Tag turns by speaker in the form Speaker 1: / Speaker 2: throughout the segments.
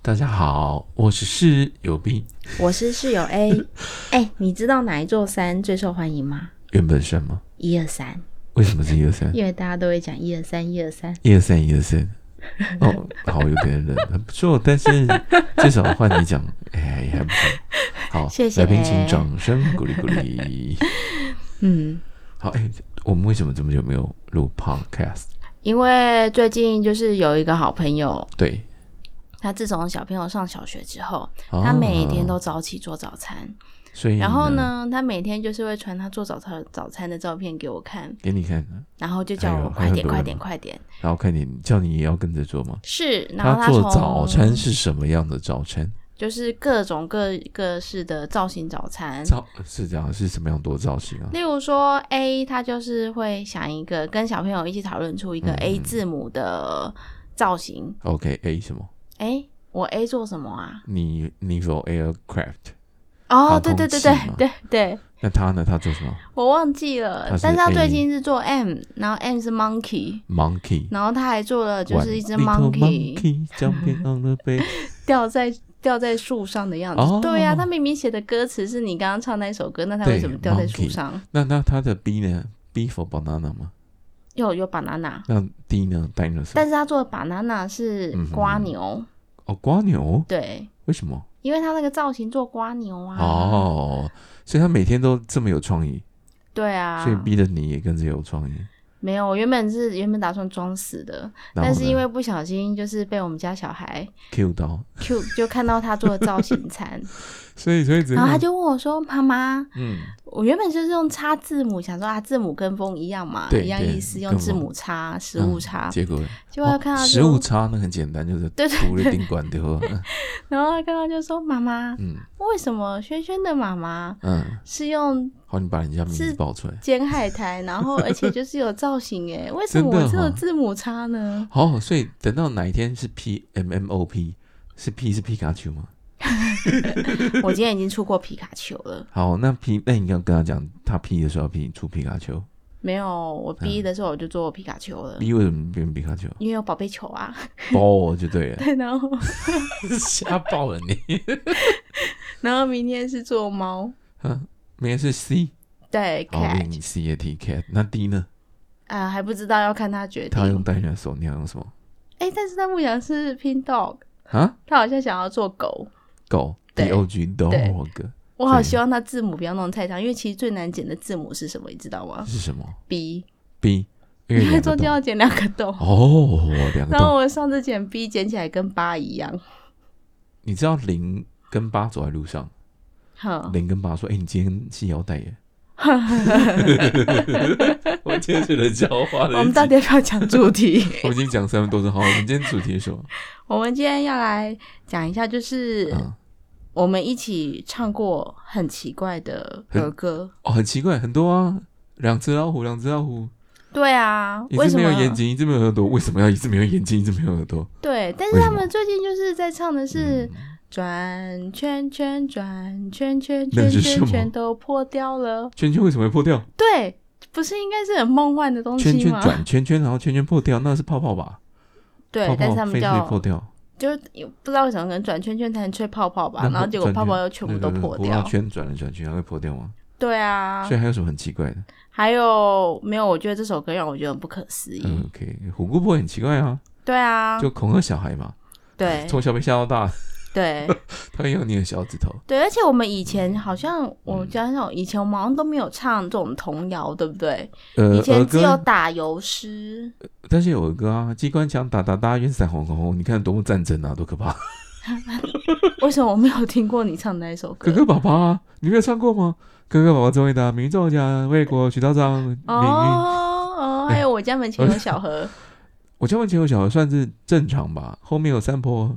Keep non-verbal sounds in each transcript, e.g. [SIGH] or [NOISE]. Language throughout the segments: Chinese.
Speaker 1: 大家好，我是室友 B
Speaker 2: 我是室友 [LAUGHS] A。哎、你知道哪一座山最受欢迎吗？
Speaker 1: 原本山吗？
Speaker 2: 一二三，
Speaker 1: 为什么是一二三？
Speaker 2: 因为大家都会讲一二三，一二三。
Speaker 1: 一二三，一二三。哦，好，有点冷，很不错，但是至少换你讲，哎，也还不错。好，
Speaker 2: 谢谢
Speaker 1: 来宾请掌声鼓励鼓励。
Speaker 2: [LAUGHS] 嗯，
Speaker 1: 好，哎、我们为什么这么久没有录 podcast？
Speaker 2: 因为最近就是有一个好朋友，
Speaker 1: 对，
Speaker 2: 他自从小朋友上小学之后，
Speaker 1: 啊
Speaker 2: 他每天都早起做早餐，
Speaker 1: 所以
Speaker 2: 然后？呢，他每天就是会传他做早餐早餐的照片给我看，
Speaker 1: 给你看，
Speaker 2: 然后就叫
Speaker 1: 哎呦
Speaker 2: 我
Speaker 1: 还
Speaker 2: 快
Speaker 1: 有
Speaker 2: 点，
Speaker 1: 多
Speaker 2: 快
Speaker 1: 人
Speaker 2: 点，
Speaker 1: 吗
Speaker 2: 快点。
Speaker 1: 然后看你叫你也要跟着做吗？
Speaker 2: 是，然后
Speaker 1: 他
Speaker 2: 从
Speaker 1: 做早餐是什么样的早餐？
Speaker 2: 就是各种各各式的造型早餐，
Speaker 1: 造是这样是什么样多造型啊？
Speaker 2: 例如说 A，他就是会想一个跟小朋友一起讨论出一个
Speaker 1: 嗯
Speaker 2: A 字母的造型。
Speaker 1: OK，A、什么？
Speaker 2: 哎、我 A 做什么啊？
Speaker 1: 你你否 aircraft？
Speaker 2: 哦，
Speaker 1: 航
Speaker 2: 对
Speaker 1: 空
Speaker 2: 对对
Speaker 1: 器
Speaker 2: 对
Speaker 1: 吗
Speaker 2: 对对，
Speaker 1: 那他呢？他做什么
Speaker 2: 我忘记了
Speaker 1: 它是。
Speaker 2: 但是他
Speaker 1: A
Speaker 2: 最近是做 M，然后 M 是 monkey，
Speaker 1: ？Monkey，
Speaker 2: 然后他还做了就是一只
Speaker 1: One little
Speaker 2: monkey
Speaker 1: monkey jumping on the bed。
Speaker 2: [LAUGHS] 掉在掉在树上的样子。
Speaker 1: 哦
Speaker 2: 对呀、他明明写的歌词是你刚刚唱那首歌，那他为
Speaker 1: 对
Speaker 2: 什么掉在树
Speaker 1: ，monkey
Speaker 2: 上？
Speaker 1: [LAUGHS] 那那他的 B 呢？B for banana 吗？
Speaker 2: 有有 banana，
Speaker 1: 那 D 呢？Dinosaur。
Speaker 2: 但是他做的 banana 是
Speaker 1: 嗯哼
Speaker 2: 瓜牛，
Speaker 1: 哦，瓜牛？
Speaker 2: 对。
Speaker 1: 为什么？
Speaker 2: 因为他那个造型做瓜牛啊。，
Speaker 1: 哦，所以他每天都这么有创意，
Speaker 2: 对啊，
Speaker 1: 所以逼得你也跟着有创意。
Speaker 2: 没有，我原本是原本打算装死的，
Speaker 1: 然
Speaker 2: 但
Speaker 1: 后
Speaker 2: 是
Speaker 1: 呢
Speaker 2: 因为不小心就是被我们家小孩
Speaker 1: Q 到，
Speaker 2: Q 就看到他做的造
Speaker 1: [LAUGHS]
Speaker 2: 型餐，
Speaker 1: 所以所以只
Speaker 2: 然后他
Speaker 1: 能
Speaker 2: 就问我说：“妈妈，
Speaker 1: 嗯，
Speaker 2: 我原本就是用插字母，想说啊字母跟风一样嘛，
Speaker 1: 对
Speaker 2: 一样
Speaker 1: 对
Speaker 2: 意思，
Speaker 1: 跟
Speaker 2: 用字
Speaker 1: 风
Speaker 2: 母插食物
Speaker 1: 嗯
Speaker 2: 插，
Speaker 1: 结果
Speaker 2: 结果他
Speaker 1: 哦
Speaker 2: 看到
Speaker 1: 食
Speaker 2: 就
Speaker 1: 物，差那很简单，就是
Speaker 2: 对对
Speaker 1: 涂了一点管就好了。
Speaker 2: 然后他看到就说：妈妈，
Speaker 1: 嗯
Speaker 2: 为什么轩轩的妈妈
Speaker 1: 嗯，
Speaker 2: 是用
Speaker 1: 好，你把人家名字
Speaker 2: 是
Speaker 1: 报出来。
Speaker 2: 尖海苔，然后而且就是有造型哎，为什
Speaker 1: 真
Speaker 2: 么
Speaker 1: 的哦
Speaker 2: 我只有
Speaker 1: 哈
Speaker 2: 字母插呢？”
Speaker 1: 好，哦所以等到哪一天是 P M M O P，是 P 是皮卡丘吗？ [LAUGHS]
Speaker 2: 我今天已经出过皮卡丘了，
Speaker 1: 好，那 P 那你要跟他讲，他 P 的时候要 P 出皮卡丘
Speaker 2: 没有我 B 的时候我就做皮卡丘了，
Speaker 1: ，B 为什么变皮卡丘？
Speaker 2: 因为有宝贝球啊， [LAUGHS]
Speaker 1: 爆就对了，
Speaker 2: 对，然后
Speaker 1: [LAUGHS] 吓爆了 [LAUGHS] 你。
Speaker 2: 然后明天是做猫，
Speaker 1: 嗯，明天是 C，哦
Speaker 2: 对
Speaker 1: 好，
Speaker 2: cat，
Speaker 1: 你 C 也 T cat，那 D 呢？
Speaker 2: 啊、还不知道要看他决
Speaker 1: 他要
Speaker 2: 定
Speaker 1: 用。单人手，你要用什么
Speaker 2: 哎、但是他不想是拼 dog，
Speaker 1: 啊？
Speaker 2: 他好像想要做狗，
Speaker 1: 狗
Speaker 2: 对
Speaker 1: D O G dog
Speaker 2: 我好
Speaker 1: 对
Speaker 2: 希望他字母不要弄太长，因为其实最难剪的字母是什么，你知道吗
Speaker 1: 是什么
Speaker 2: ？B，
Speaker 1: ？B，因为
Speaker 2: 因为
Speaker 1: 两
Speaker 2: 中
Speaker 1: 个洞
Speaker 2: 间要剪两个洞。
Speaker 1: 哦，两个
Speaker 2: 然后
Speaker 1: 洞。
Speaker 2: 我上次剪 B 剪起来跟八一样，
Speaker 1: 你知道零跟八走在路上，
Speaker 2: 哼，
Speaker 1: 零跟八说：“哎、你今天系腰带耶。”
Speaker 2: [LAUGHS]
Speaker 1: 我今天是人教化的一集，
Speaker 2: 我们到底要不要讲主题？ [LAUGHS]
Speaker 1: 我们已经讲三分多钟，好，我们今天主题是什么？
Speaker 2: 我们今天要来讲一下，就是
Speaker 1: 嗯，
Speaker 2: 我们一起唱过很奇怪的儿歌。
Speaker 1: 哦，很奇怪，很多啊，两只老虎，两只老虎，
Speaker 2: 对啊，
Speaker 1: 一
Speaker 2: 为
Speaker 1: 只
Speaker 2: 什
Speaker 1: 没有
Speaker 2: 么？
Speaker 1: 眼睛，一只没有耳朵，为什么要一只没有眼睛，一只没有耳朵？
Speaker 2: 对，但
Speaker 1: 为
Speaker 2: 是
Speaker 1: 什
Speaker 2: 他
Speaker 1: 么
Speaker 2: 们最近就是在唱的是
Speaker 1: 嗯
Speaker 2: “转圈圈转圈圈
Speaker 1: 那
Speaker 2: 圈
Speaker 1: 是什
Speaker 2: 圈
Speaker 1: 么
Speaker 2: 圈都破掉了
Speaker 1: 圈圈为什么会破掉？”。
Speaker 2: 对，不是应该是很梦幻的东
Speaker 1: 圈
Speaker 2: 西
Speaker 1: 圈
Speaker 2: 吗？
Speaker 1: 转圈圈，然后圈圈破掉，那是泡泡吧？
Speaker 2: 对
Speaker 1: 泡，
Speaker 2: 但是他
Speaker 1: 泡
Speaker 2: 们
Speaker 1: 飞会破
Speaker 2: 叫
Speaker 1: 掉，
Speaker 2: 就不知道为什么，可能转圈圈才能吹泡泡吧，
Speaker 1: 那
Speaker 2: 然后结果
Speaker 1: 转
Speaker 2: 泡
Speaker 1: 圈
Speaker 2: 泡又全部
Speaker 1: 那
Speaker 2: 都
Speaker 1: 个
Speaker 2: 破
Speaker 1: 葡萄
Speaker 2: 掉。
Speaker 1: 圈转来转去，还会破掉吗？
Speaker 2: 对啊
Speaker 1: 所，以还有什么很奇怪的？
Speaker 2: 还有没有？我觉得这首歌让我觉得很不可思议。
Speaker 1: 嗯，OK，虎姑婆很奇怪啊，
Speaker 2: 对啊，
Speaker 1: 就恐吓小孩嘛，
Speaker 2: 对
Speaker 1: 从小被吓到大，
Speaker 2: 对。
Speaker 1: 他会用你的小指头。
Speaker 2: 对，而且我们以前好像，我
Speaker 1: 嗯
Speaker 2: 想想，以前我们好像都没有唱这种童谣，对不对？
Speaker 1: 呃，
Speaker 2: 以前
Speaker 1: 儿
Speaker 2: 只有
Speaker 1: 歌，
Speaker 2: 打油诗，
Speaker 1: 但是有儿歌啊，机关枪打打打，雨伞红红红，你看多么战争啊，多可
Speaker 2: [LAUGHS]
Speaker 1: 怕！
Speaker 2: 为什么我没有听过你唱那一首歌？
Speaker 1: 哥哥爸爸啊，你没有唱过吗？哥哥爸爸终于打民众奖，为国取道章。命运
Speaker 2: 哦哦，
Speaker 1: 哎
Speaker 2: 还有我家门前有
Speaker 1: [LAUGHS]
Speaker 2: 小河，
Speaker 1: 我家门前有小河，算是正常吧。后面有山坡，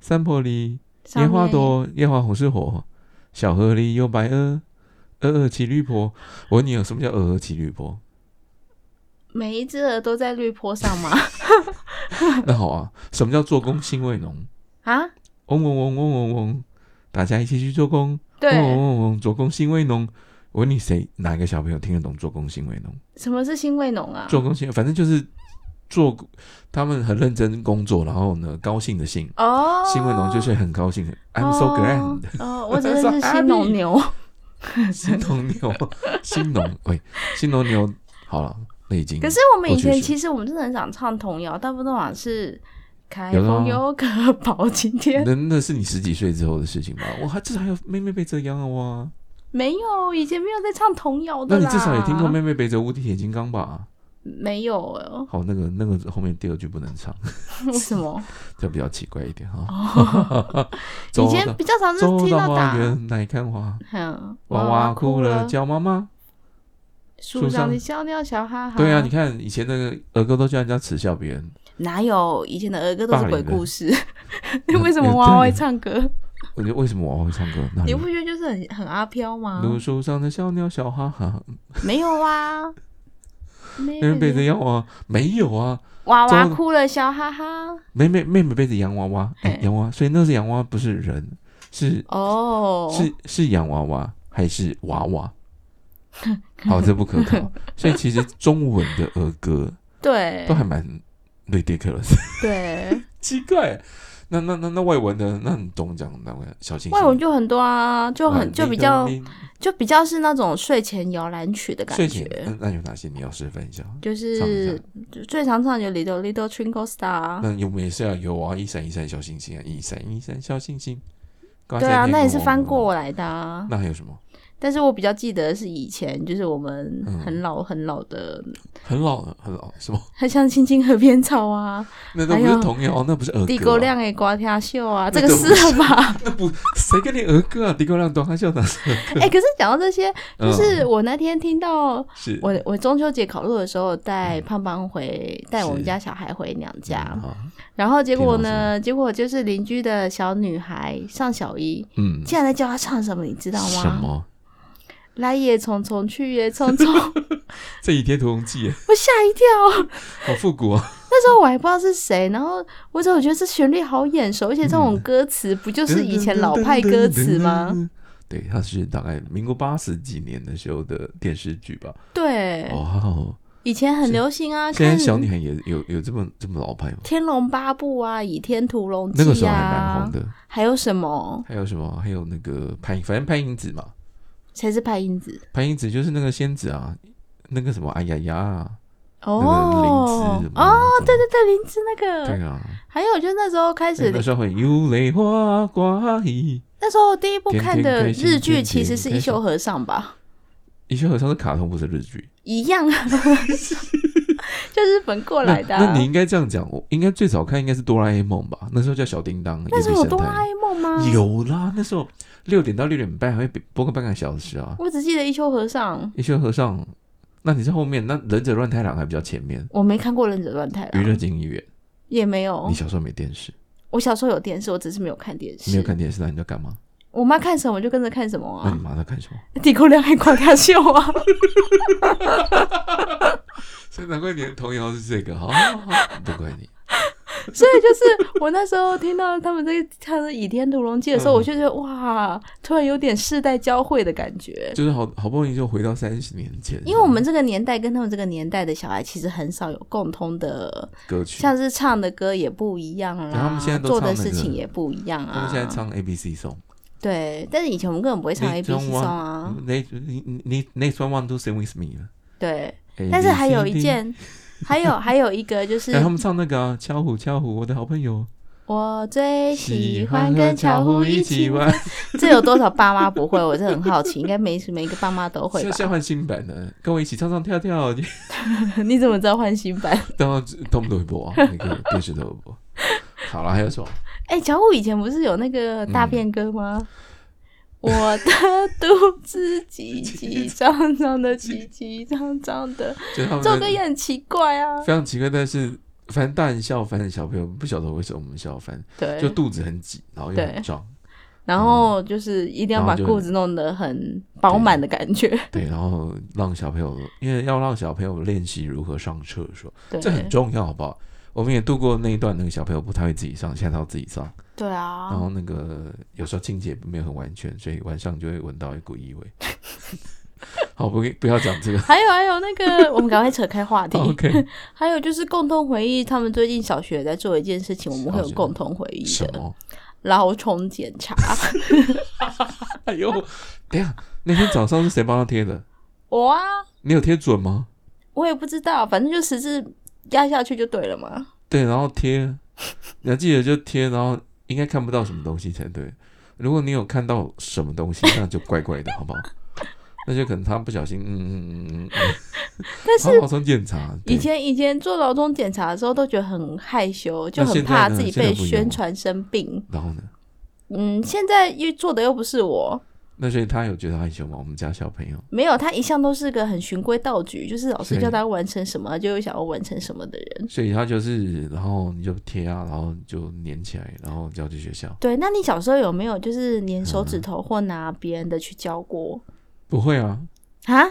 Speaker 1: 山坡里莲花多，夜花红似火。小河里有白鹅，鹅鹅骑绿婆。我问你，有哦什么叫鹅鹅骑绿
Speaker 2: [LAUGHS]
Speaker 1: 婆？
Speaker 2: 每一只鹅都在绿坡上
Speaker 1: [LAUGHS]
Speaker 2: 吗？
Speaker 1: 那好啊，什么叫做工兴味浓？
Speaker 2: 啊，
Speaker 1: 嗡嗡嗡嗡嗡嗡，大家一起去做工。嗡嗡
Speaker 2: 对，
Speaker 1: 嗡嗡，哦做工兴味浓。我问你谁，哪个小朋友听得懂做工兴味浓？
Speaker 2: 什么是新味农啊？
Speaker 1: 做工兴，反正就是做，他们很认真工作，然后呢，高兴的兴，
Speaker 2: 哦，
Speaker 1: 兴味浓就是很高兴的，I'm so grand，
Speaker 2: 哦。哦，我只认识新农牛，
Speaker 1: [LAUGHS] 新农
Speaker 2: [LAUGHS]
Speaker 1: 牛，新农，喂，新农牛，好了，那已经
Speaker 2: 可是我们以
Speaker 1: 过
Speaker 2: 前
Speaker 1: 去式
Speaker 2: 其实我们真的很想唱童谣，大部分都好像是开
Speaker 1: 有的
Speaker 2: 封
Speaker 1: 吗
Speaker 2: 有 [LAUGHS] 个包青天，
Speaker 1: 那那是你十几岁之后的事情吧？我还至少还有妹妹背着羊啊哇，
Speaker 2: 没有，以前没有在唱童谣的
Speaker 1: 那
Speaker 2: 啦。
Speaker 1: 你至少也听过妹妹背着无敌铁金刚吧？
Speaker 2: 没有哦？
Speaker 1: 好，那个那个后面第二句不能唱， [LAUGHS]
Speaker 2: 为什么？
Speaker 1: 这比较奇怪一点哈。
Speaker 2: 以
Speaker 1: 走
Speaker 2: 前
Speaker 1: 到
Speaker 2: 比较常是
Speaker 1: 走
Speaker 2: 听
Speaker 1: 到
Speaker 2: 到打
Speaker 1: 花，园来看花，
Speaker 2: 嗯，
Speaker 1: 娃娃哭了，叫妈妈。
Speaker 2: 树
Speaker 1: 树
Speaker 2: 上
Speaker 1: 上
Speaker 2: 的小鸟笑哈哈。
Speaker 1: 对啊，你看以前那个儿歌都叫人家耻笑别人，
Speaker 2: 哪有以前的儿歌都是
Speaker 1: 霸凌
Speaker 2: 鬼
Speaker 1: 人
Speaker 2: 故事？那
Speaker 1: 有
Speaker 2: [LAUGHS] 为什么
Speaker 1: 有
Speaker 2: 娃
Speaker 1: 道
Speaker 2: 娃会
Speaker 1: 理 [LAUGHS]
Speaker 2: 唱歌？
Speaker 1: 我觉得为什么我会唱歌？那
Speaker 2: 你不觉得就是很很阿飘吗？
Speaker 1: 路树上的小鸟笑哈哈，
Speaker 2: 没有啊，没
Speaker 1: 妹妹背着
Speaker 2: 有
Speaker 1: 洋娃娃，没有啊，
Speaker 2: 娃娃
Speaker 1: 走
Speaker 2: 哭了，笑哈哈。
Speaker 1: 妹妹妹妹背着洋娃娃，哎、
Speaker 2: 嘿
Speaker 1: 洋娃娃，所以那是洋娃娃，不是人，是
Speaker 2: 哦，
Speaker 1: 是是洋娃娃还是娃娃？好，这不可考。所以其实中文的儿歌
Speaker 2: 对
Speaker 1: 都还蛮 ridiculous， [LAUGHS]
Speaker 2: 对，
Speaker 1: 奇怪。那那那那外文的，那你懂讲那个小清新
Speaker 2: 外文就很多啊，就
Speaker 1: 哇
Speaker 2: 很就
Speaker 1: 你
Speaker 2: 比
Speaker 1: 懂
Speaker 2: 较
Speaker 1: 你
Speaker 2: 就比较是那种睡前摇篮曲的感
Speaker 1: 睡前
Speaker 2: 觉，啊
Speaker 1: 嗯那有哪些你要示范一下？
Speaker 2: 就是就最常唱的就 Little Little Twinkle Star，
Speaker 1: 那有没是要有啊？一闪一闪小星星啊，一闪一闪小星星。挂
Speaker 2: 对
Speaker 1: 在
Speaker 2: 啊，
Speaker 1: 天
Speaker 2: 那也
Speaker 1: 空
Speaker 2: 是翻
Speaker 1: 啊。
Speaker 2: 过来的啊。
Speaker 1: 那还有什么？
Speaker 2: 但是我比较记得是以前，就是我们
Speaker 1: 嗯
Speaker 2: 很老很老的，
Speaker 1: 很老了，很老什么？
Speaker 2: 很像《青青河边草》啊，
Speaker 1: 那都
Speaker 2: 还
Speaker 1: 不是
Speaker 2: 有
Speaker 1: 童谣，那不是儿歌、啊。
Speaker 2: 《地沟亮诶瓜田秀》啊，这
Speaker 1: 那
Speaker 2: 个
Speaker 1: 都
Speaker 2: 是
Speaker 1: 不是
Speaker 2: 了
Speaker 1: [LAUGHS]
Speaker 2: 吧？
Speaker 1: 那不谁跟你儿歌啊？地沟亮短汉秀哪是儿歌？
Speaker 2: 哎、可是讲到这些， [LAUGHS] 就
Speaker 1: 嗯
Speaker 2: 是我那天听到
Speaker 1: 是
Speaker 2: 我我中秋节烤肉的时候，带胖胖回带我们家小孩回娘家
Speaker 1: 嗯，好
Speaker 2: 然后结果呢，结果就是邻居的小女孩上小一，
Speaker 1: 嗯，
Speaker 2: 竟然在叫她唱什么，你知道吗？
Speaker 1: 什么？
Speaker 2: 来也匆匆，去也
Speaker 1: [LAUGHS]
Speaker 2: 匆匆，
Speaker 1: 这《倚天屠龙记》
Speaker 2: 我吓一跳。
Speaker 1: 好复古啊！
Speaker 2: 那时候我还不知道是谁，然后我只有觉得这旋律好眼熟，而且这种歌词不就是以前老派歌词
Speaker 1: [LAUGHS]
Speaker 2: 吗？？
Speaker 1: 对，它是大概民国八十几年的时候的电视剧吧。
Speaker 2: 对，
Speaker 1: 哇哦，
Speaker 2: 以前很流行啊。
Speaker 1: 现在
Speaker 2: 看
Speaker 1: 小女孩也有有这么这么老派吗？
Speaker 2: 天龙八部》啊，《倚天屠龙记》啊，
Speaker 1: 那个时候还蛮红的。
Speaker 2: 还有什么？
Speaker 1: 还有什么？还有那个潘，反正潘英子嘛，
Speaker 2: 谁是潘英子？
Speaker 1: 潘英子就是那个仙子啊，那个什么哎呀呀啊，那
Speaker 2: 哦
Speaker 1: 个灵芝
Speaker 2: 哦，对
Speaker 1: 对
Speaker 2: 对对，林芝那个，
Speaker 1: 对啊，
Speaker 2: 还有就是那时候开始，
Speaker 1: 那时候会有泪花挂衣。
Speaker 2: 那时候第一部
Speaker 1: 天
Speaker 2: 看
Speaker 1: 天
Speaker 2: 的
Speaker 1: 开心
Speaker 2: 日剧
Speaker 1: 天
Speaker 2: 其实
Speaker 1: 天
Speaker 2: 是
Speaker 1: 开
Speaker 2: 《一
Speaker 1: 心
Speaker 2: 休和尚》吧，
Speaker 1: 一休和尚是卡通，不是日剧。
Speaker 2: 一样啊，就日本过来的啊、
Speaker 1: 那。那你应该这样讲，我应该最早看应该是哆啦 A 梦吧？那时候叫小叮当，
Speaker 2: 那时候
Speaker 1: 野
Speaker 2: 有
Speaker 1: 比神
Speaker 2: 哆
Speaker 1: 探
Speaker 2: 啦 A 梦吗？，
Speaker 1: 有啦，那时候六点到六点半还会播个半个小时啊。
Speaker 2: 我只记得《一休和尚》，
Speaker 1: 一休和尚，那你是后面，那忍者乱太郎还比较前面。
Speaker 2: 我没看过《忍者乱太
Speaker 1: 娱
Speaker 2: 郎
Speaker 1: 乐》，金医院，
Speaker 2: 也没有
Speaker 1: 你。小时候没电视，
Speaker 2: 我小时候有电视，我只是没有看电视。
Speaker 1: 没有看电视，那你在干嘛？
Speaker 2: 我妈看什么我就跟着看什么
Speaker 1: 那你 [LAUGHS]
Speaker 2: 啊，
Speaker 1: 妈在看
Speaker 2: [LAUGHS]
Speaker 1: 什么？
Speaker 2: 《地沟亮黑垮大秀》啊。
Speaker 1: 所以难怪你的童谣是这个，好，好好 [LAUGHS] 不怪你。
Speaker 2: 所以就是我那时候听到他们在唱《倚天屠龙记》的时候，
Speaker 1: 嗯
Speaker 2: 我就觉得哇，突然有点世代交汇的感觉。
Speaker 1: 就是好好不容易就回到三十年前，
Speaker 2: 因为我们这个年代跟他们这个年代的小孩其实很少有共通的，
Speaker 1: 歌曲，
Speaker 2: 像是唱的歌也不一样啦，
Speaker 1: 对他们现在都
Speaker 2: 做
Speaker 1: 唱
Speaker 2: 的
Speaker 1: 那
Speaker 2: 事
Speaker 1: 个
Speaker 2: 情也不一样啊。
Speaker 1: 他们现在唱 A B C song，
Speaker 2: 对，但是以前我们根本不会唱 A B C
Speaker 1: 那
Speaker 2: song 啊。
Speaker 1: 你你你你 next one want to sing with me 了。
Speaker 2: 对，
Speaker 1: A,
Speaker 2: 但是
Speaker 1: B,
Speaker 2: 还有
Speaker 1: C,
Speaker 2: 一
Speaker 1: D
Speaker 2: 件，还有还有一个就是
Speaker 1: 哎，他们唱那个啊，巧虎巧虎，我的好朋友，
Speaker 2: 我最喜欢跟巧虎一起玩。
Speaker 1: 玩。
Speaker 2: 这有多少爸妈不会？我是很好奇，应该每每一个爸妈都会
Speaker 1: 现在
Speaker 2: 吧？
Speaker 1: 换新版的，跟我一起唱唱跳跳，
Speaker 2: 你怎么知道换新版？
Speaker 1: [LAUGHS] 当然他们都会
Speaker 2: [LAUGHS]
Speaker 1: 播啊，那个电视都有播。好了，还有什么？
Speaker 2: 哎、小五以前不是有那个大便歌吗？我的肚子挤挤胀胀的，挤挤胀胀的，
Speaker 1: 就是他
Speaker 2: 这首
Speaker 1: 们
Speaker 2: 歌也很奇怪啊。
Speaker 1: 非常奇怪，但是反正大人笑翻，小朋友不晓得为什么我们笑翻，就
Speaker 2: 对，
Speaker 1: 肚子很挤，然后又
Speaker 2: 对
Speaker 1: 很胀，
Speaker 2: 然后就是一定要把
Speaker 1: 然后就
Speaker 2: 裤子弄得很饱满的感觉。
Speaker 1: 对，然后让小朋友，因为要让小朋友练习如何上厕所，
Speaker 2: [LAUGHS] 对，
Speaker 1: 这很重要，好不好？我们也度过那一段，那个小朋友不太会自己上，现在他要自己上，
Speaker 2: 对
Speaker 1: 然
Speaker 2: 啊。
Speaker 1: 后那个有时候清洁没有很完全，所以晚上就会闻到一股异味。 [LAUGHS] 好，不不要讲这个。
Speaker 2: 还有还有那
Speaker 1: [LAUGHS]
Speaker 2: 个，我们赶快扯开话 [LAUGHS] 题。
Speaker 1: 哦 OK，
Speaker 2: 还有就是共同回忆，他们最近小学在做一件事情，我们会有共同回忆
Speaker 1: 什
Speaker 2: 的
Speaker 1: 么？
Speaker 2: 劳虫检查。
Speaker 1: 哎呦，等一下那天早上是谁帮他贴的？
Speaker 2: 我啊，
Speaker 1: 你有贴准吗？
Speaker 2: 我也不知道，反正就十字压下去就对了嘛。
Speaker 1: 对，然后贴，你还记得就贴，然后应该看不到什么东西才对。如果你有看到什么东西，那就怪怪的，好不 [LAUGHS] 好？那就可能他不小心，嗯嗯嗯嗯嗯，
Speaker 2: [LAUGHS] 但是
Speaker 1: 好好从检查。对
Speaker 2: 以前以前做劳动检查的时候都觉得很害羞，就
Speaker 1: 那
Speaker 2: 很
Speaker 1: 现在
Speaker 2: 怕
Speaker 1: 呢
Speaker 2: 自己
Speaker 1: 现在
Speaker 2: 被
Speaker 1: 不一样
Speaker 2: 宣
Speaker 1: 了
Speaker 2: 传生病。
Speaker 1: 然后呢？
Speaker 2: 嗯，现在又做的又不是我，
Speaker 1: 那所以他有觉得害羞吗？我们家小朋友，
Speaker 2: 没有他一向都是个很循规蹈矩，就是老师
Speaker 1: 对
Speaker 2: 叫他完成什么就会想要完成什么的人。
Speaker 1: 所以他就是，然后你就贴啊，然后就粘起来，然后就要去学校。
Speaker 2: 对，那你小时候有没有就是连手指头或拿别人的去教过
Speaker 1: 嗯不会啊，
Speaker 2: 啊？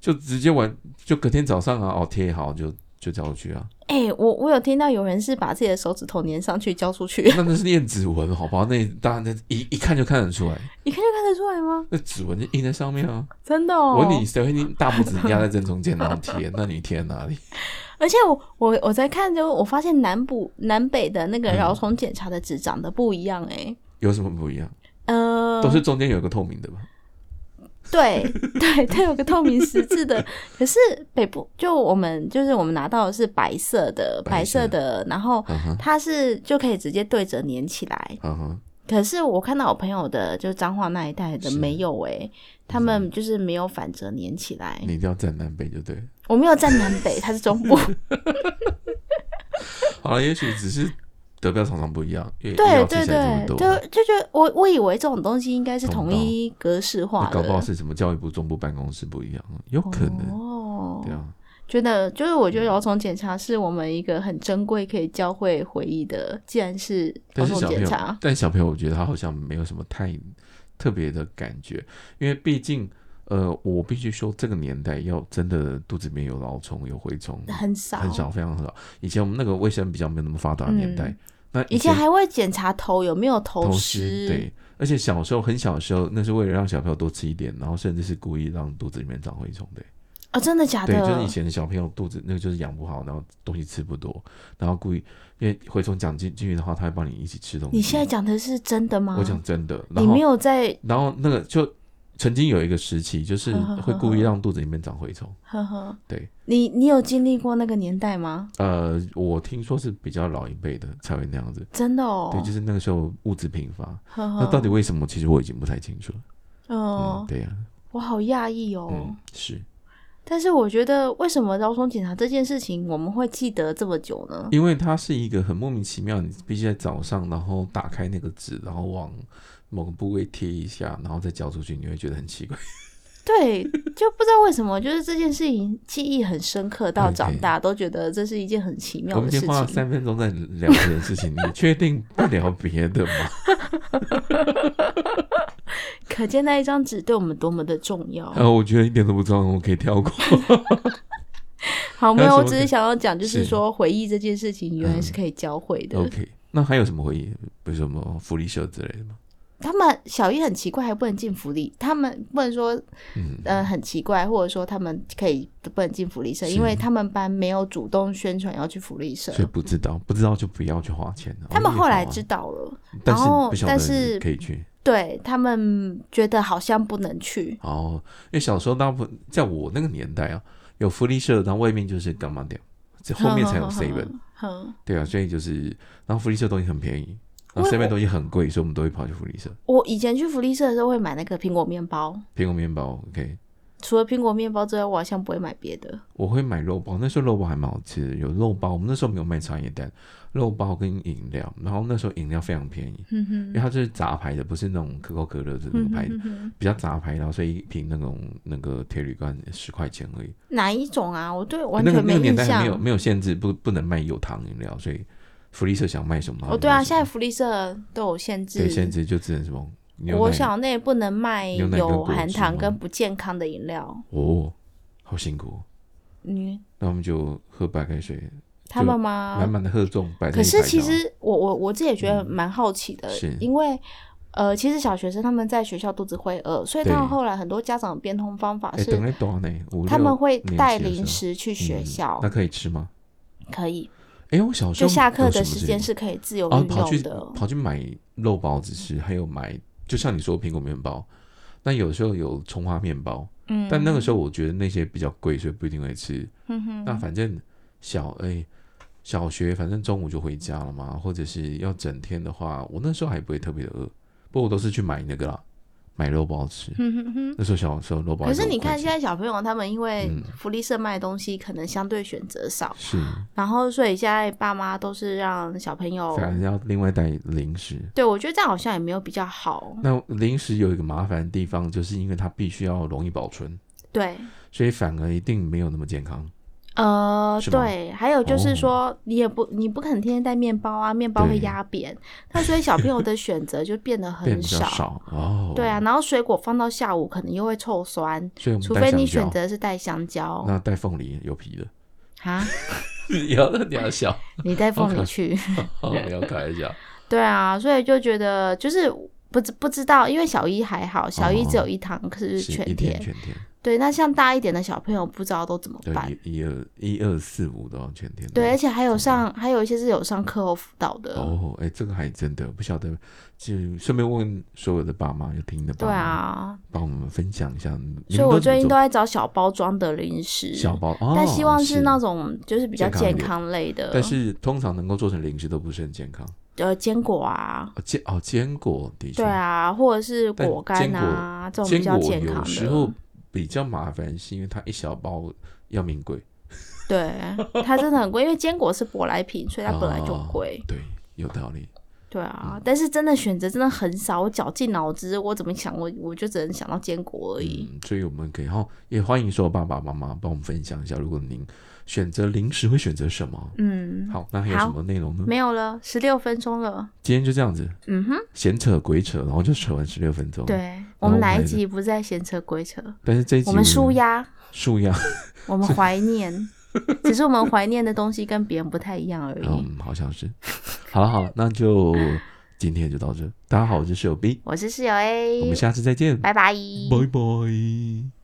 Speaker 1: 就直接玩，就隔天早上啊，哦，贴好就就交出去啊。 [LAUGHS]
Speaker 2: 哎、我我有听到有人是把自己的手指头粘上去交出去， [LAUGHS]
Speaker 1: 那那是练指纹，好不好？那当然，那一一看就看得出来，
Speaker 2: 你看就看得出来吗？
Speaker 1: 那指纹就印在上面啊。
Speaker 2: 真的哦。
Speaker 1: 我问你谁会你大拇指压在正中间，然后贴？那你贴在哪里？ [LAUGHS]
Speaker 2: 而且我我我在看就我发现南部南北的那
Speaker 1: 嗯
Speaker 2: 个饶虫检查的纸长得不一样哎、
Speaker 1: 有什么不一样？
Speaker 2: 呃，
Speaker 1: 都是中间有个透明的吧？
Speaker 2: 对对，它有个透明十字的，可是北部就我们就是我们拿到的是白色的，
Speaker 1: 白
Speaker 2: 白
Speaker 1: 色
Speaker 2: 色的，然后
Speaker 1: 嗯哼，
Speaker 2: 它是就可以直接对折粘起来。
Speaker 1: 嗯哼，
Speaker 2: 可是我看到我朋友的，就是彰化那一带的
Speaker 1: 是
Speaker 2: 没有哎、他们就是没有反折粘起来。
Speaker 1: 你一定要站南北就对了。
Speaker 2: 我没有站南北，他是中部，
Speaker 1: 好了，也许只是德标常常不一样，因为医
Speaker 2: 对
Speaker 1: 药器
Speaker 2: 对
Speaker 1: 材这么多，
Speaker 2: 对，就就觉得我我以为这种东西应该是
Speaker 1: 懂
Speaker 2: 统一格式化
Speaker 1: 那搞不好
Speaker 2: 的。
Speaker 1: 是什么教育部中部办公室不一样，有可能。
Speaker 2: 哦
Speaker 1: 对，啊，
Speaker 2: 觉得就是我觉得劳虫检查是我们一个很珍贵可以教会回忆的，既然是劳
Speaker 1: 但是
Speaker 2: 虫
Speaker 1: 小朋
Speaker 2: 检
Speaker 1: 友
Speaker 2: 查，，
Speaker 1: 但小朋友，我觉得他好像没有什么太特别的感觉，因为毕竟，呃，我必须说，这个年代要真的肚子里面有老虫、有蛔虫，
Speaker 2: 很少
Speaker 1: 很少，非常很少。以前我们那个卫生比较没有那么发达的年代，
Speaker 2: 嗯
Speaker 1: 那
Speaker 2: 以前
Speaker 1: 前
Speaker 2: 还会检查头有没有头
Speaker 1: 头
Speaker 2: 虱，
Speaker 1: 虱，对，而且小时候很小的时候，那是为了让小朋友多吃一点，然后甚至是故意让肚子里面长蛔虫的。
Speaker 2: 哦，真的假
Speaker 1: 对，
Speaker 2: 的？
Speaker 1: 就是以前的小朋友肚子那个就是养不好，然后东西吃不多，然后故意因为蛔虫长进进去的话，他会帮你一起吃东西。
Speaker 2: 你现在讲的是真的吗？
Speaker 1: 我讲真的，然
Speaker 2: 你没
Speaker 1: 后
Speaker 2: 有在，
Speaker 1: 然后那个就曾经有一个时期，
Speaker 2: [LAUGHS]
Speaker 1: 就是会故意让肚子里面长蛔虫。
Speaker 2: 呵呵，
Speaker 1: 对，
Speaker 2: 你你有经历过那个年代吗？
Speaker 1: 呃，我听说是比较老一辈的才会那样子。
Speaker 2: 真的哦，
Speaker 1: 对，就是那个时候物质贫乏，
Speaker 2: 呵呵，
Speaker 1: 那到底为什么？其实我已经不太清楚了。嗯
Speaker 2: 哦，，
Speaker 1: 对呀、啊
Speaker 2: 我好讶异哦。
Speaker 1: 嗯，是
Speaker 2: 但是我觉得，为什么招生检查这件事情我们会记得这么久呢？
Speaker 1: 因为它是一个很莫名其妙，你必须在早上，然后打开那个纸，然后往某个部位贴一下，然后再交出去，你会觉得很奇怪。
Speaker 2: 对，就不知道为什么，就是这件事情记忆很深刻，到
Speaker 1: OK
Speaker 2: 长大都觉得这是一件很奇
Speaker 1: 我
Speaker 2: 妙
Speaker 1: 们
Speaker 2: 的
Speaker 1: 已经
Speaker 2: 事
Speaker 1: 花了
Speaker 2: 情。
Speaker 1: 三分钟在聊这件事情，你确定不聊别的吗？
Speaker 2: [LAUGHS] 可见那一张纸对我们多么的重要。
Speaker 1: 呃，我觉得一点都不重要，我可以跳过。
Speaker 2: 好，没
Speaker 1: 还有什
Speaker 2: 有，我
Speaker 1: 么
Speaker 2: 只
Speaker 1: 可
Speaker 2: 是
Speaker 1: 以
Speaker 2: 想要讲，就
Speaker 1: 是嗯
Speaker 2: 是
Speaker 1: 哦
Speaker 2: 说回忆这件事情原来是可以教会的。
Speaker 1: OK，那还有什么回忆？比如什么福利社之类的吗？
Speaker 2: 他们小一很奇怪，还不能进福利，他们不能说
Speaker 1: 嗯，
Speaker 2: 呃很奇怪，或者说他们可以不能进福利社，
Speaker 1: 是
Speaker 2: 因为他们班没有主动宣传要去福利社。
Speaker 1: 所以不知道，不知道就不要去花钱了。
Speaker 2: 他们
Speaker 1: 哦
Speaker 2: 后来，
Speaker 1: 也
Speaker 2: 知道了，
Speaker 1: 好啊但是
Speaker 2: 然后
Speaker 1: 不晓
Speaker 2: 但
Speaker 1: 得
Speaker 2: 是
Speaker 1: 可以去。
Speaker 2: 对他们觉得好像不能去。
Speaker 1: 哦，因为小时候大部分在我那个年代啊，有福利社，然后外面就是干嘛店，
Speaker 2: 嗯
Speaker 1: 这后面才有 seven，
Speaker 2: 哼，
Speaker 1: 对啊，所以就是，然后福利社东西很便宜，然后
Speaker 2: 我
Speaker 1: seven 东西很贵，所以我们都会跑去福利社。
Speaker 2: 我以前去福利社的时候会买那个苹果面包，
Speaker 1: 苹果面包，OK，
Speaker 2: 除了苹果面包之外，我好像不会买别的。
Speaker 1: 我会买肉包，那时候肉包还蛮好吃的，有肉包，我们那时候没有卖茶叶蛋，肉包跟饮料，然后那时候饮料非常便宜，
Speaker 2: 嗯哼
Speaker 1: 因
Speaker 2: 哼，
Speaker 1: 为它就是杂牌的，不是那种可口可乐的那个牌子，
Speaker 2: 嗯哼哼哼
Speaker 1: 比较杂牌，然后所以一瓶那种那个铁铝罐十块钱而已。
Speaker 2: 哪一种啊？我对完
Speaker 1: 那个
Speaker 2: 全
Speaker 1: 那个年
Speaker 2: 印
Speaker 1: 代还
Speaker 2: 象
Speaker 1: 没。有没有限制，不不能卖有糖饮料，所以福利社想卖什么？
Speaker 2: 哦，对啊，现在
Speaker 1: 在
Speaker 2: 福利社都有限制，
Speaker 1: 对限制就只能什么牛奶。
Speaker 2: 国小内不能卖
Speaker 1: 牛奶跟
Speaker 2: 有
Speaker 1: 果
Speaker 2: 含
Speaker 1: 汁
Speaker 2: 糖
Speaker 1: 吗
Speaker 2: 跟不健康的饮料。
Speaker 1: 哦，好辛苦哦。
Speaker 2: 嗯，
Speaker 1: 那我们就喝白开水，
Speaker 2: 他
Speaker 1: 就
Speaker 2: 们
Speaker 1: 满
Speaker 2: 吗？
Speaker 1: 满的喝重白。嗯
Speaker 2: 可是其实我我我自己也觉得蛮好奇的，
Speaker 1: 是
Speaker 2: 因为呃，其实小学生他们在学校肚子会饿，所以
Speaker 1: 对
Speaker 2: 到后来很多家长的变通方法
Speaker 1: 哎，
Speaker 2: 是
Speaker 1: 等你短呢，五
Speaker 2: 他们会
Speaker 1: 六年级
Speaker 2: 带
Speaker 1: 的时
Speaker 2: 零
Speaker 1: 候
Speaker 2: 食去学
Speaker 1: 嗯
Speaker 2: 校，
Speaker 1: 那可以吃吗？
Speaker 2: 可以
Speaker 1: 哎，我小时
Speaker 2: 就
Speaker 1: 候
Speaker 2: 下
Speaker 1: 有
Speaker 2: 课
Speaker 1: 什
Speaker 2: 的
Speaker 1: 么
Speaker 2: 时
Speaker 1: 这
Speaker 2: 间
Speaker 1: 种
Speaker 2: 是可以自由
Speaker 1: 哦，
Speaker 2: 运
Speaker 1: 跑
Speaker 2: 用
Speaker 1: 去
Speaker 2: 的。
Speaker 1: 跑去买肉包子吃，还有买，就像你说苹果面包，那有时候有葱花面包，
Speaker 2: 嗯，
Speaker 1: 但那个时候我觉得那些比较贵，所以不一定会吃。
Speaker 2: 嗯哼，
Speaker 1: 那反正小哎、小学反正中午就回家了嘛，或者是要整天的话，我那时候还不会特别的饿，不过我都是去买那个啦，买肉包吃。
Speaker 2: [LAUGHS] 嗯哼哼。
Speaker 1: 那时候小时候肉包，
Speaker 2: 可是你看，现
Speaker 1: 在
Speaker 2: 在小朋友他们因为
Speaker 1: 嗯
Speaker 2: 福利社卖的东西可能相对选择少，
Speaker 1: 是，
Speaker 2: 然后所以现在爸妈都是让小朋友，
Speaker 1: 反正要另外带零食。
Speaker 2: 对我觉得这样好像也没有比较好。
Speaker 1: 那零食有一个麻烦的地方，就是因为它必须要容易保存，
Speaker 2: 对，
Speaker 1: 所以反而一定没有那么健康。
Speaker 2: 呃，
Speaker 1: 是吗
Speaker 2: 对，还有就是
Speaker 1: 哦
Speaker 2: 说，你也不你不可能天天带面包啊，面包会
Speaker 1: 对
Speaker 2: 压扁，那所以小朋
Speaker 1: [LAUGHS]
Speaker 2: 友的选择就变得
Speaker 1: 变
Speaker 2: 很
Speaker 1: 比较少哦。
Speaker 2: 对啊，，然后水果放到下午可能又会臭酸，
Speaker 1: 所以我们
Speaker 2: 除
Speaker 1: 带
Speaker 2: 非你
Speaker 1: 香
Speaker 2: 选
Speaker 1: 蕉，
Speaker 2: 择是带香蕉
Speaker 1: 那带凤梨有皮的，
Speaker 2: 啊，
Speaker 1: 有 [LAUGHS] 的你要笑，
Speaker 2: 你带
Speaker 1: [LAUGHS] 好
Speaker 2: 凤
Speaker 1: 可
Speaker 2: 梨去。
Speaker 1: 哦不要开玩笑。
Speaker 2: 对啊，所以就觉得就是不知不知道，因为小一还好，小一只有一堂课是
Speaker 1: 哦是
Speaker 2: 全
Speaker 1: 一
Speaker 2: 天
Speaker 1: 天。全天，
Speaker 2: 对，那像大一点的小朋友不知道都怎么
Speaker 1: 对
Speaker 2: 办。，
Speaker 1: 一一二一二四五都要全天的。
Speaker 2: 对，而且还有上，还有一些是有上课后辅导的。
Speaker 1: 哦，哎、这个还真的不晓得，就顺便问所有的爸妈，有听的爸
Speaker 2: 对
Speaker 1: 妈，，
Speaker 2: 啊，
Speaker 1: 帮我们分享一下。你
Speaker 2: 所
Speaker 1: 们
Speaker 2: 以我
Speaker 1: 怎么
Speaker 2: 最近都
Speaker 1: 做
Speaker 2: 在找小包装的零食，
Speaker 1: 小包，哦、
Speaker 2: 但希望
Speaker 1: 是
Speaker 2: 是那，种就是比较
Speaker 1: 健康一
Speaker 2: 健
Speaker 1: 点
Speaker 2: 康类的，
Speaker 1: 但是通常能够做成零食都不是很健康。
Speaker 2: 呃坚果啊，
Speaker 1: 哦，坚哦坚果的确，
Speaker 2: 对啊，或者是
Speaker 1: 但
Speaker 2: 果干
Speaker 1: 坚果
Speaker 2: 啊这种比
Speaker 1: 坚
Speaker 2: 较
Speaker 1: 果
Speaker 2: 健康
Speaker 1: 有时候
Speaker 2: 的。
Speaker 1: 比较麻烦，是因为它一小包要名贵，
Speaker 2: 对，它真的很贵，因为坚果是舶来品，所以它本来就
Speaker 1: 哦
Speaker 2: 贵。
Speaker 1: 对，有道理。
Speaker 2: 对
Speaker 1: 嗯
Speaker 2: 啊，但是真的选择真的很少，我绞尽脑汁，我怎么想我我就只能想到坚果而已。
Speaker 1: 嗯，所以我们可以，然后也欢迎所有爸爸妈妈帮我们分享一下，如果您选择零食会选择什么？
Speaker 2: 嗯，
Speaker 1: 好，那还有什
Speaker 2: 好
Speaker 1: 么内容呢？
Speaker 2: 没有了，十六分钟了。
Speaker 1: 今天就这样子，
Speaker 2: 嗯哼，
Speaker 1: 闲扯鬼扯，然后就扯完十六分钟。，
Speaker 2: 对
Speaker 1: 我
Speaker 2: 我
Speaker 1: 们
Speaker 2: 们哪
Speaker 1: 还
Speaker 2: 一
Speaker 1: 是
Speaker 2: 集不在闲扯鬼扯？
Speaker 1: 但是这一集
Speaker 2: 我们舒压，
Speaker 1: 树压，
Speaker 2: 我
Speaker 1: [LAUGHS]
Speaker 2: 们怀念，只是我们怀念的东西跟别人不太一样而已。
Speaker 1: 嗯，好像是。 [LAUGHS] 好了好了，那就今天就到这。大家好，我是室友 B，
Speaker 2: 我是室友
Speaker 1: 我
Speaker 2: A，
Speaker 1: 们下次再见，
Speaker 2: 拜拜。
Speaker 1: 拜拜